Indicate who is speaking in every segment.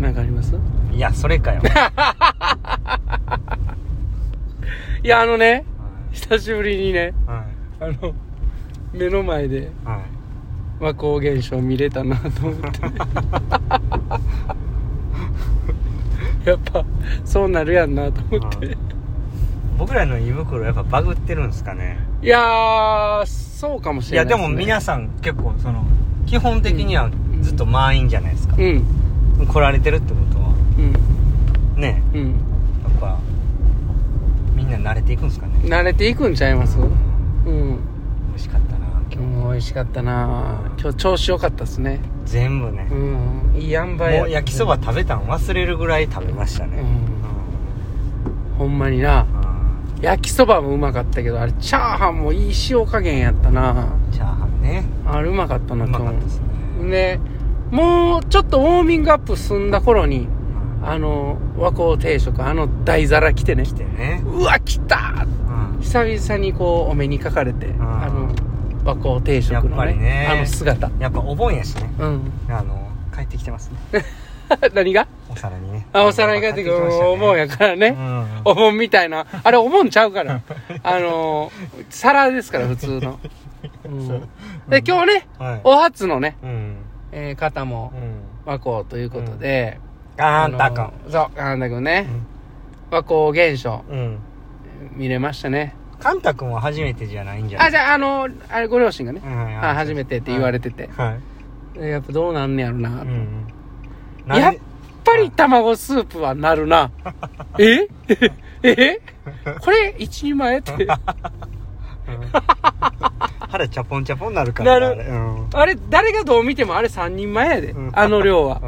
Speaker 1: なんかあります
Speaker 2: いやそれ かよ
Speaker 1: いや、あのね、
Speaker 2: はい
Speaker 1: 久しぶりにね、
Speaker 2: は
Speaker 1: あの、目の前で
Speaker 2: いはい
Speaker 1: 和光現象見れたなと思って。 やっぱ、そうなるやんなと思って。
Speaker 2: うん僕らの胃袋やっぱバグってるんですかね
Speaker 1: いやー、そうかもし
Speaker 2: い
Speaker 1: れない
Speaker 2: やです
Speaker 1: ね、
Speaker 2: も皆
Speaker 1: さ
Speaker 2: さん結構その基本的にはずっと満員じゃないですか、
Speaker 1: うん、
Speaker 2: 来られてるってことは
Speaker 1: うん、
Speaker 2: ね
Speaker 1: うん。
Speaker 2: やっぱみんな慣れていくんですかね
Speaker 1: 慣れていくんちゃいますうん。
Speaker 2: 美味しかったな今日、
Speaker 1: 今日も美味しかったな今日調子良かったっすね。
Speaker 2: 全部ね
Speaker 1: う、ん、いい塩梅や
Speaker 2: もう焼きそば食べたん忘れるぐらい食べました
Speaker 1: う
Speaker 2: ね、うん
Speaker 1: ん、ほんまにな。焼きそばもうまかったけどあれチャーハンもいい塩加減やったな
Speaker 2: チャーハンね
Speaker 1: あれうまかった
Speaker 2: う
Speaker 1: な
Speaker 2: ま
Speaker 1: 今日
Speaker 2: かったですね、
Speaker 1: もねもうちょっとウォーミングアップ済んだ頃にあの和光定食あの大皿来てね
Speaker 2: 来てね、
Speaker 1: うわ来た
Speaker 2: うん、
Speaker 1: 久々にこうお目にかかれて
Speaker 2: ん
Speaker 1: あの和光定食
Speaker 2: やっ
Speaker 1: の
Speaker 2: ぱ
Speaker 1: ね
Speaker 2: りね
Speaker 1: あの姿
Speaker 2: やっぱお盆やしね
Speaker 1: うん
Speaker 2: あの帰ってきてますね
Speaker 1: 何が
Speaker 2: お皿にね
Speaker 1: あお皿に帰ってくるお盆やから
Speaker 2: う
Speaker 1: ね、
Speaker 2: ん
Speaker 1: お盆みたいな。あれ、お盆ちゃうから。あのー、皿ですから、普通の。うんで、今日ね、
Speaker 2: はい
Speaker 1: お初のね、
Speaker 2: うん
Speaker 1: えー方
Speaker 2: う
Speaker 1: も
Speaker 2: ん
Speaker 1: 和光ということで、
Speaker 2: あ
Speaker 1: あ
Speaker 2: ん
Speaker 1: の
Speaker 2: たかん
Speaker 1: ーそう、あんたくんね、和光現象
Speaker 2: うん
Speaker 1: 見れましたね。
Speaker 2: カンタ君は初めてじゃないんじゃない
Speaker 1: あ、じゃあ、あのーあれ、ご両親がね、
Speaker 2: うん
Speaker 1: あ初めてって言われてて、
Speaker 2: はい
Speaker 1: えやっぱどうなんねやろな。
Speaker 2: う
Speaker 1: やっ
Speaker 2: ん
Speaker 1: なんでやっぱり卵スープはなる な。え え これ、一人前って。
Speaker 2: 腹チャポンチャポンになるから
Speaker 1: なる
Speaker 2: あれうん
Speaker 1: あれ、誰がどう見てもあれ3人前やで
Speaker 2: うん。
Speaker 1: あの量
Speaker 2: う
Speaker 1: は。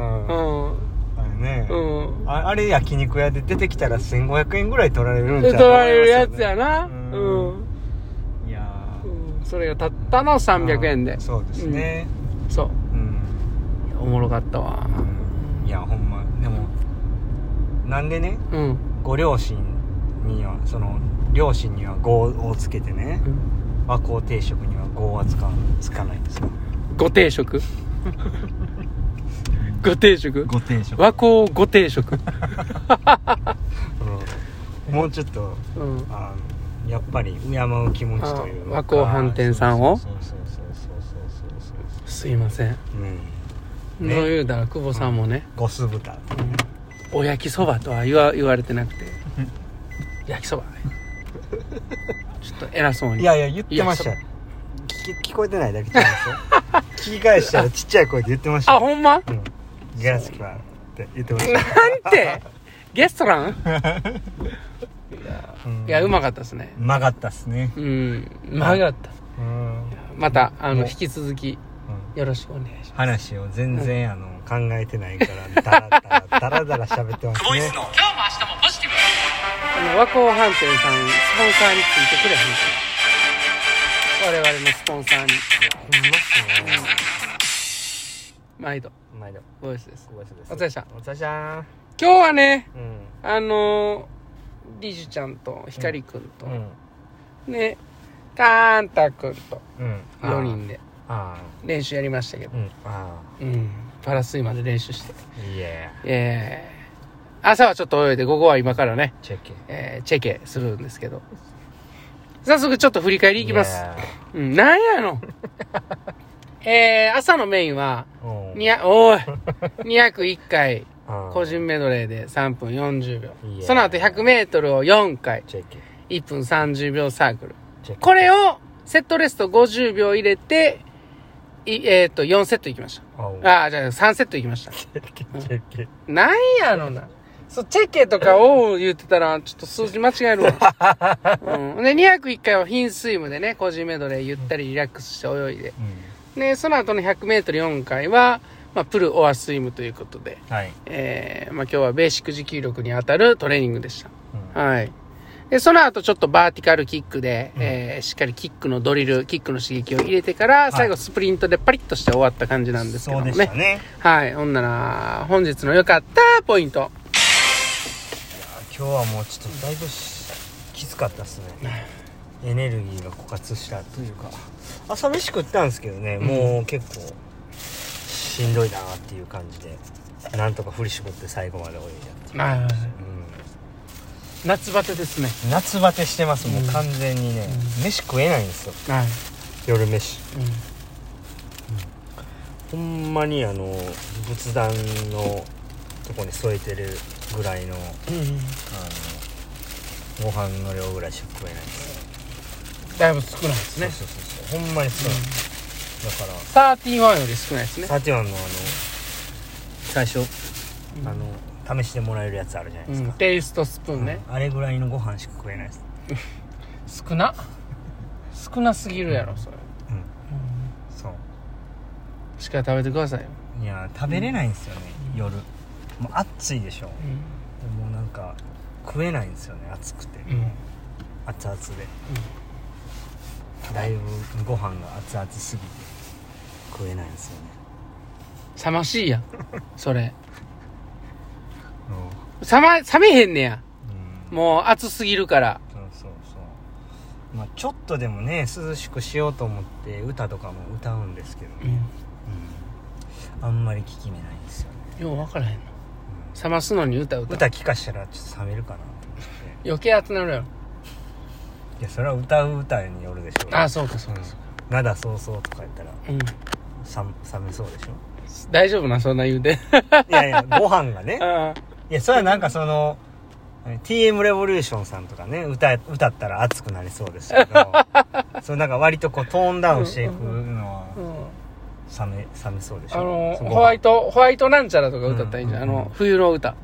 Speaker 2: あれね
Speaker 1: うん。うん。
Speaker 2: ああれ焼肉屋で出てきたら1500円ぐらい取られるんちゃ
Speaker 1: 取
Speaker 2: うと思いま
Speaker 1: ら
Speaker 2: すよね
Speaker 1: れるやつやな。う
Speaker 2: うん
Speaker 1: ん。
Speaker 2: いや
Speaker 1: うんそれがたったの
Speaker 2: ー
Speaker 1: 300円で。
Speaker 2: そうですね
Speaker 1: そう。
Speaker 2: うん
Speaker 1: おもろかったわ。
Speaker 2: いやほんまでもなんでね
Speaker 1: うん。
Speaker 2: ご両親にはその両親には「ご」をつけてね和光定食には「ご」はつかつかないんですよ
Speaker 1: ご定食ご定食
Speaker 2: ご定食
Speaker 1: 和光ご定 食。
Speaker 2: うんもうちょっと
Speaker 1: うん。
Speaker 2: あのやっぱり敬う気持ちという
Speaker 1: あ和光飯店さんを
Speaker 2: そうそうそうそうそうそうそ
Speaker 1: すいません。
Speaker 2: ううん
Speaker 1: そう
Speaker 2: ね
Speaker 1: 言うたら、久保さんもね、
Speaker 2: ご酢豚
Speaker 1: お焼きそばとは言わ言われてなくて。焼 きそば。ちょっと偉そうに。
Speaker 2: いやいや言ってましたよ聞き聞こえてないだけちゃいますよ聞き返したらちっちゃい声で言ってました
Speaker 1: あ、
Speaker 2: よ
Speaker 1: ほんま
Speaker 2: うんガラスクラって言ってました
Speaker 1: なんてゲストランいや、う
Speaker 2: ま
Speaker 1: まかったですね。
Speaker 2: 曲がったっすね
Speaker 1: うん、うまかった。
Speaker 2: うん
Speaker 1: また、あの、
Speaker 2: ね
Speaker 1: 引き続き、よろしくお願いしま
Speaker 2: 話を全然あの考えてないからダラダラダラダラ喋ってますね
Speaker 1: す。あの、和光飯店さん、スポンサーについてくれへんか我々のスポンサーに、
Speaker 2: ほんまっすね
Speaker 1: 毎度、
Speaker 2: 毎度
Speaker 1: ボイスです。
Speaker 2: 小林です
Speaker 1: お疲れっした
Speaker 2: お疲れっした
Speaker 1: 今日はね、
Speaker 2: うん
Speaker 1: あのー、リジュちゃんと、ひかりくんと、
Speaker 2: うん
Speaker 1: ね、かーんたくんと、
Speaker 2: うん
Speaker 1: 4人で
Speaker 2: あ
Speaker 1: 練習やりましたけ
Speaker 2: あ
Speaker 1: ど
Speaker 2: う、んあ
Speaker 1: うん、パラスイまで練習して。
Speaker 2: あいえ
Speaker 1: えー、朝はちょっと泳いで、午後は今からね、
Speaker 2: チェック
Speaker 1: えー、チェケするんですけど。早速ちょっと振り返りいきます。うん、なんやの えー、朝のメインは、に
Speaker 2: や
Speaker 1: や、おい、201回、個
Speaker 2: 個
Speaker 1: 人メドレーで3分40秒
Speaker 2: い。や
Speaker 1: その後100メートルを4回、
Speaker 2: チェック
Speaker 1: 1分30秒サークル。
Speaker 2: チェック
Speaker 1: これを、セットレスト50秒入れて、いえーっと、4セットいきまし
Speaker 2: あお
Speaker 1: た。あー、じゃあ3セットいきました。
Speaker 2: チェックチェック
Speaker 1: なんやろな。そう、チェケとかを言ってたら、ちょっと数字間違えるわ。 うん。で、201回は貧スイムでね、個人メドレーゆったりリラックスして泳いで。
Speaker 2: うん
Speaker 1: で、その後の100メートル4回は、まあ、プルオアスイムということで、
Speaker 2: はい
Speaker 1: えー、まあ、今日はベーシック持久力に当たるトレーニングでした。
Speaker 2: うん
Speaker 1: はい。で、その後ちょっとバーティカルキックで、えー、しっかりキックのドリル、キックの刺激を入れてから、最後スプリントでパリッとして終わった感じなんですけど
Speaker 2: そう
Speaker 1: も
Speaker 2: で
Speaker 1: ね。
Speaker 2: したね
Speaker 1: はい。ほんなら、本日の良かったポイント。
Speaker 2: あ今日はもうちょっとだいぶしきつかったっすねエネルギーが枯渇したというか朝飯食ったんですけどねもう結構しんどいなっていう感じでなんとか振り絞って最後まで泳いだっていう、
Speaker 1: まあ
Speaker 2: う
Speaker 1: 夏バテですね
Speaker 2: ん、夏バテしてますもう
Speaker 1: うん
Speaker 2: 完全にね、飯食えないんですよ
Speaker 1: はい、
Speaker 2: 夜飯
Speaker 1: うん
Speaker 2: ほんまにあの仏壇のとこに添えてるぐらいの
Speaker 1: うん、
Speaker 2: あのご飯の量ぐらいしか食えないです
Speaker 1: だいぶ少ないですね
Speaker 2: そうそうそうほんまにそう、
Speaker 1: うん
Speaker 2: だから
Speaker 1: 31より少ないですね
Speaker 2: サティワンのあの最初、
Speaker 1: うん
Speaker 2: あの試してもらえるやつあるじゃないです
Speaker 1: うん
Speaker 2: か、
Speaker 1: テイストスプーンね、
Speaker 2: あれぐらいのご飯しか食えないです
Speaker 1: 少な少なすぎるやろそれ、
Speaker 2: うんそう
Speaker 1: しっかり食べてくださいよ、
Speaker 2: いやー食べれないんですよね、夜もう暑いでしょでもうなんか食えないんですよね暑くて、
Speaker 1: うん
Speaker 2: 熱々で、だいぶご飯が熱々すぎて食えないんですよね
Speaker 1: 冷ましいやんそれ冷ま冷めへんねや
Speaker 2: うん
Speaker 1: もう暑すぎるから
Speaker 2: そうそうそうまあちょっとでもね涼しくしようと思って歌とかも歌うんですけどね、あんまり聞き目ないんですよね、
Speaker 1: よう分からへんの冷ますのに歌歌
Speaker 2: 歌聞かしたらちょっと冷めるかなと思っ
Speaker 1: 余計熱なるやろ
Speaker 2: ていやそれは歌う歌によるでしょ
Speaker 1: ああそうかそうかそうか
Speaker 2: 「なだそうそう」とか言ったら
Speaker 1: うん
Speaker 2: さ冷めそうでし ょ
Speaker 1: 大丈夫なそんな言うて
Speaker 2: いやいやご飯がね
Speaker 1: ああ
Speaker 2: いやそれはなんかその TM レボリューションさんとかね歌歌ったら熱くなりそうです けどそのなんか割とこうトーンダウンしていくのは
Speaker 1: うん
Speaker 2: 冷め冷めそうでしょ
Speaker 1: あの
Speaker 2: その
Speaker 1: ホワイトホワイトなんちゃらとか歌ったらいいんじゃん、
Speaker 2: うんうんうん
Speaker 1: あの冬の歌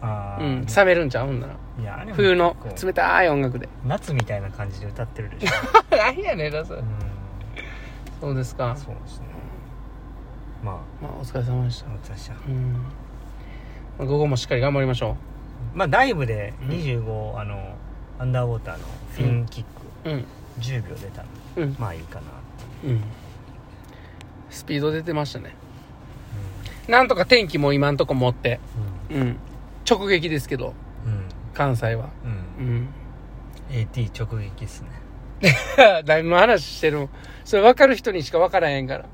Speaker 2: あ
Speaker 1: う
Speaker 2: ー
Speaker 1: ん冷めるんちゃうほんなら
Speaker 2: いやあれも
Speaker 1: 冬の
Speaker 2: こう
Speaker 1: 冷たい音楽 で
Speaker 2: 夏みたいな感じで歌ってるでしょ、
Speaker 1: 何やねんなそれ
Speaker 2: うん、
Speaker 1: そうですか
Speaker 2: そうですねま
Speaker 1: まあお疲れ様でした
Speaker 2: あ私は
Speaker 1: うんまあ午後もしっかり頑張りましょ
Speaker 2: まあダイブで25、あのアンダーウォーターのフィンキック、
Speaker 1: ううん
Speaker 2: 10秒出たの
Speaker 1: うん
Speaker 2: まあいいかな、
Speaker 1: うんスピード出てましたねなんとか天気も今んとこ持ってうん直撃ですけど
Speaker 2: うんうん
Speaker 1: 関西は
Speaker 2: うん、
Speaker 1: うん
Speaker 2: AT 直撃ですね
Speaker 1: 何の話してるのそれ分かる人にしか分からへんから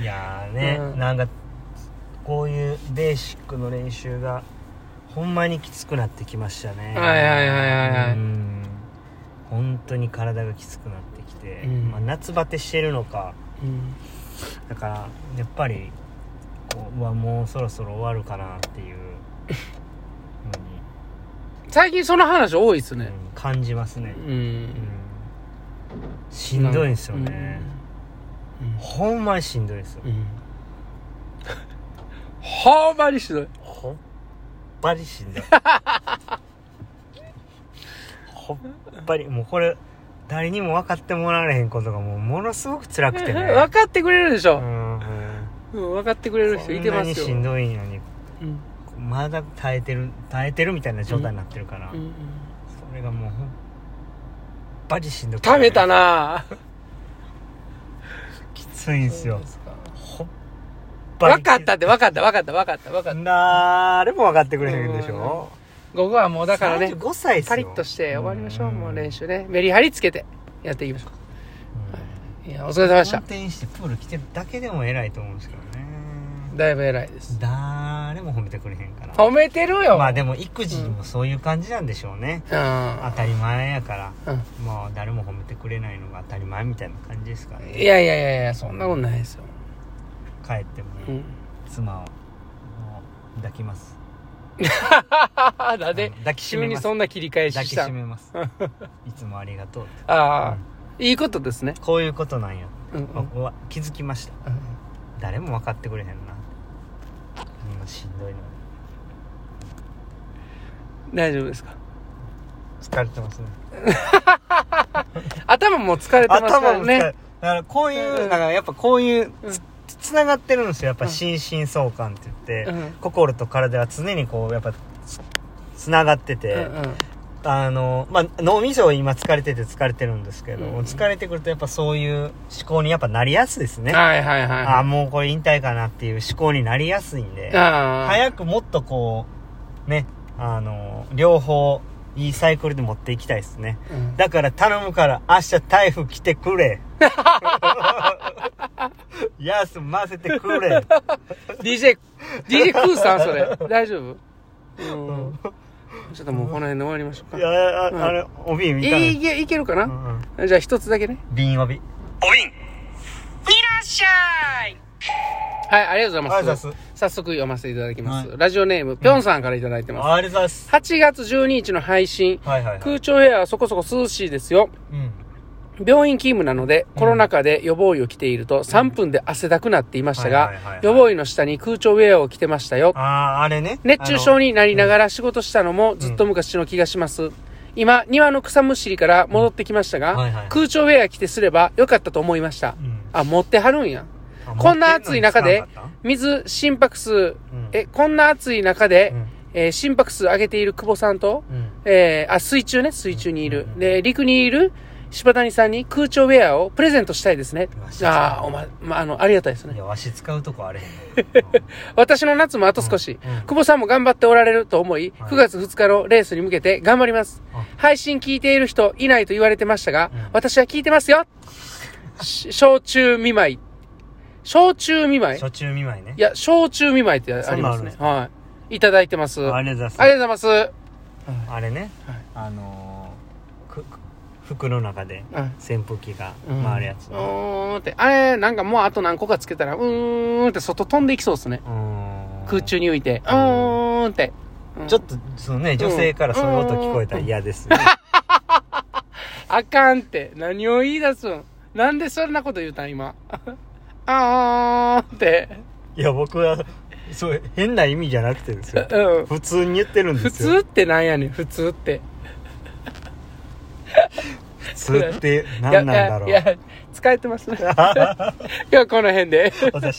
Speaker 2: いやーね、
Speaker 1: うん
Speaker 2: なんかこういうベーシックの練習がほんまにきつくなってきましたね
Speaker 1: はいはいはいはいはい
Speaker 2: うん本当に体がきつくなってきて、
Speaker 1: うん
Speaker 2: まあ、夏バテしてるのか
Speaker 1: うん
Speaker 2: だからやっぱりこううわもうそろそろ終わるかなっていうのに
Speaker 1: 最近その話多いっすね
Speaker 2: うん感じますね
Speaker 1: う、
Speaker 2: うん
Speaker 1: ん
Speaker 2: しんどいんですよね、ほんまにしんどいですよ、
Speaker 1: うんうんほんまにしどい
Speaker 2: ほっぱりしんどいほっぱりもうこれ誰にも分かってもらわれへんことがもうものすごく辛くて ね
Speaker 1: 分かってくれるでし
Speaker 2: う
Speaker 1: ょ、
Speaker 2: ん
Speaker 1: うん、分かってくれる人いて
Speaker 2: こんな
Speaker 1: ま
Speaker 2: に
Speaker 1: すよ
Speaker 2: しんどいのに
Speaker 1: うん
Speaker 2: まだ耐えてる耐えてるみたいな状態になってるから、
Speaker 1: うんうん
Speaker 2: それがもうほんばりしんどくて
Speaker 1: 食べたな
Speaker 2: きついんですよほっばり
Speaker 1: 分かったって分かった分かった分かった分かった
Speaker 2: 誰も分かってくれへんでしょ
Speaker 1: 午後はもうだからね
Speaker 2: 35歳っすよ
Speaker 1: パリッとして終わりましょうもう練習ねメリハリつけてやっていきましょういやお疲れ様でした
Speaker 2: 運転してプール来てるだけでも偉いと思うんですけどね
Speaker 1: だいぶ偉いです
Speaker 2: 誰も褒めてくれへんから
Speaker 1: 褒めてるよ
Speaker 2: まあでも育児もそういう感じなんでしょうね、当たり前やから
Speaker 1: うん
Speaker 2: もう誰も褒めてくれないのが当たり前みたいな感じですから
Speaker 1: うん
Speaker 2: ね
Speaker 1: いやいやいやいやそんなことないですよ
Speaker 2: 帰ってもね、
Speaker 1: うん
Speaker 2: 妻をもう抱きます
Speaker 1: なんで
Speaker 2: あの抱きし
Speaker 1: 急
Speaker 2: め
Speaker 1: に
Speaker 2: ます
Speaker 1: そんな切り返
Speaker 2: 抱
Speaker 1: し
Speaker 2: き
Speaker 1: し
Speaker 2: しためます いつもありがとうって
Speaker 1: ああいいことですね
Speaker 2: こういうことなんや、
Speaker 1: うんうん
Speaker 2: うわ気づきました誰も分かってくれへんなこんなしんどいの
Speaker 1: 大丈夫ですか
Speaker 2: 疲れてますね
Speaker 1: 頭も疲れてますから
Speaker 2: も疲れ
Speaker 1: ね
Speaker 2: だからこういう、
Speaker 1: うん
Speaker 2: だからやっぱこういう
Speaker 1: うん
Speaker 2: つつつながってるんですよやっぱ心身相関って言って、
Speaker 1: うん
Speaker 2: 心と体は常にこうやっぱつつながってて、
Speaker 1: うんうん
Speaker 2: あのまあ脳みそを今疲れてて疲れてるんですけど、
Speaker 1: うん
Speaker 2: 疲れてくるとやっぱそういう思考にやっぱなりやすいですね、
Speaker 1: はいはいはい
Speaker 2: ああもうこれ引退かなっていう思考になりやすいんで、
Speaker 1: ああ
Speaker 2: 早くもっとこうねあの両方いいサイクルで持っていきたいですね
Speaker 1: うん
Speaker 2: だから頼むから明日台風来てくれ休ませて くれ
Speaker 1: DJ、DJ クーさんそれ。大丈夫うん。ちょっともうこの辺で終わりましょう
Speaker 2: い
Speaker 1: か。
Speaker 2: やああれ帯見たの
Speaker 1: いいけいけるかな、
Speaker 2: うん
Speaker 1: じゃあ一つだけね。
Speaker 2: 瓶帯お瓶
Speaker 1: らっしゃいはい、ありがとうございます。
Speaker 2: ありがとうござい
Speaker 1: 早速読ませていただきます。
Speaker 2: は
Speaker 1: ラジオネーム、ぴょんさんからいただいてます。
Speaker 2: ありがとうございます
Speaker 1: 8月12日の配信、
Speaker 2: はいはいはい
Speaker 1: 空調エアはそこそこ涼しいですよ。
Speaker 2: うん
Speaker 1: 病院勤務なので、コロナ禍で予防医を着ていると3分で汗だくなっていました
Speaker 2: はいはいはいは
Speaker 1: が
Speaker 2: い、
Speaker 1: 予防医の下に空調ウェアを着てましたよ。
Speaker 2: あああれね
Speaker 1: 熱中症になりながら仕事したのもずっと昔の気がします。今、庭の草むしりから戻ってきました
Speaker 2: うんはい
Speaker 1: が
Speaker 2: はい、
Speaker 1: 空調ウェア着てすればよかったと思いました
Speaker 2: あ。のうん
Speaker 1: あ、持ってはるんや。
Speaker 2: あ
Speaker 1: こんな暑い中で
Speaker 2: 持ってんのに
Speaker 1: 水、心拍数、
Speaker 2: うん
Speaker 1: え、こんな暑い中
Speaker 2: つ
Speaker 1: で
Speaker 2: かな、かっ
Speaker 1: えー心拍数上げている久保さんと、
Speaker 2: たうんうん
Speaker 1: えーあ、水中ね、水中にいる
Speaker 2: うんうんう。ん
Speaker 1: で、陸にいる柴谷さんに空調ウェアをプレゼントしたいですね
Speaker 2: よ。し
Speaker 1: ああ、おま、ま、あの、ありがたいです
Speaker 2: い
Speaker 1: ね。
Speaker 2: やわし使うとこあれへんね
Speaker 1: 私の夏もあと少し、
Speaker 2: うんうん
Speaker 1: 久保さんも頑張っておられると思い、
Speaker 2: はい
Speaker 1: 9月2日のレースに向けて頑張ります
Speaker 2: あ。
Speaker 1: 配信聞いている人いないと言われてましたが、
Speaker 2: うん
Speaker 1: 私は聞いてます よし小中見舞い。小中見舞い
Speaker 2: 初中見舞いね
Speaker 1: いや、小中見舞いってありますね。
Speaker 2: そ
Speaker 1: はい。いただいてます。
Speaker 2: あ
Speaker 1: あり
Speaker 2: りがとうございます
Speaker 1: がとうございます。
Speaker 2: あれね、
Speaker 1: はい
Speaker 2: あのーくく服の中で
Speaker 1: はい
Speaker 2: 扇風機が
Speaker 1: うん
Speaker 2: 回るやつ、
Speaker 1: うーんって。あれ、なんかもうあと何個かつけたら、うーんって外飛んでいきそうですね。
Speaker 2: うん
Speaker 1: 空中
Speaker 2: に
Speaker 1: に浮いて、う
Speaker 2: うん
Speaker 1: ーんって。うん
Speaker 2: ちょっとそのね女性からそういう音聞こえたら嫌ですね、
Speaker 1: あかんって。何を言い出すんなんでそんなこと言うたん今。 あーんって。
Speaker 2: いや僕はそう変な意味じゃなくてですよ
Speaker 1: うん。
Speaker 2: 普通に言ってるんで
Speaker 1: 普
Speaker 2: すよ
Speaker 1: 通ってなんやねん、普通って。
Speaker 2: 普通って何なんだろう
Speaker 1: いや、いやいや疲れてますね。今日はこの辺で。
Speaker 2: 私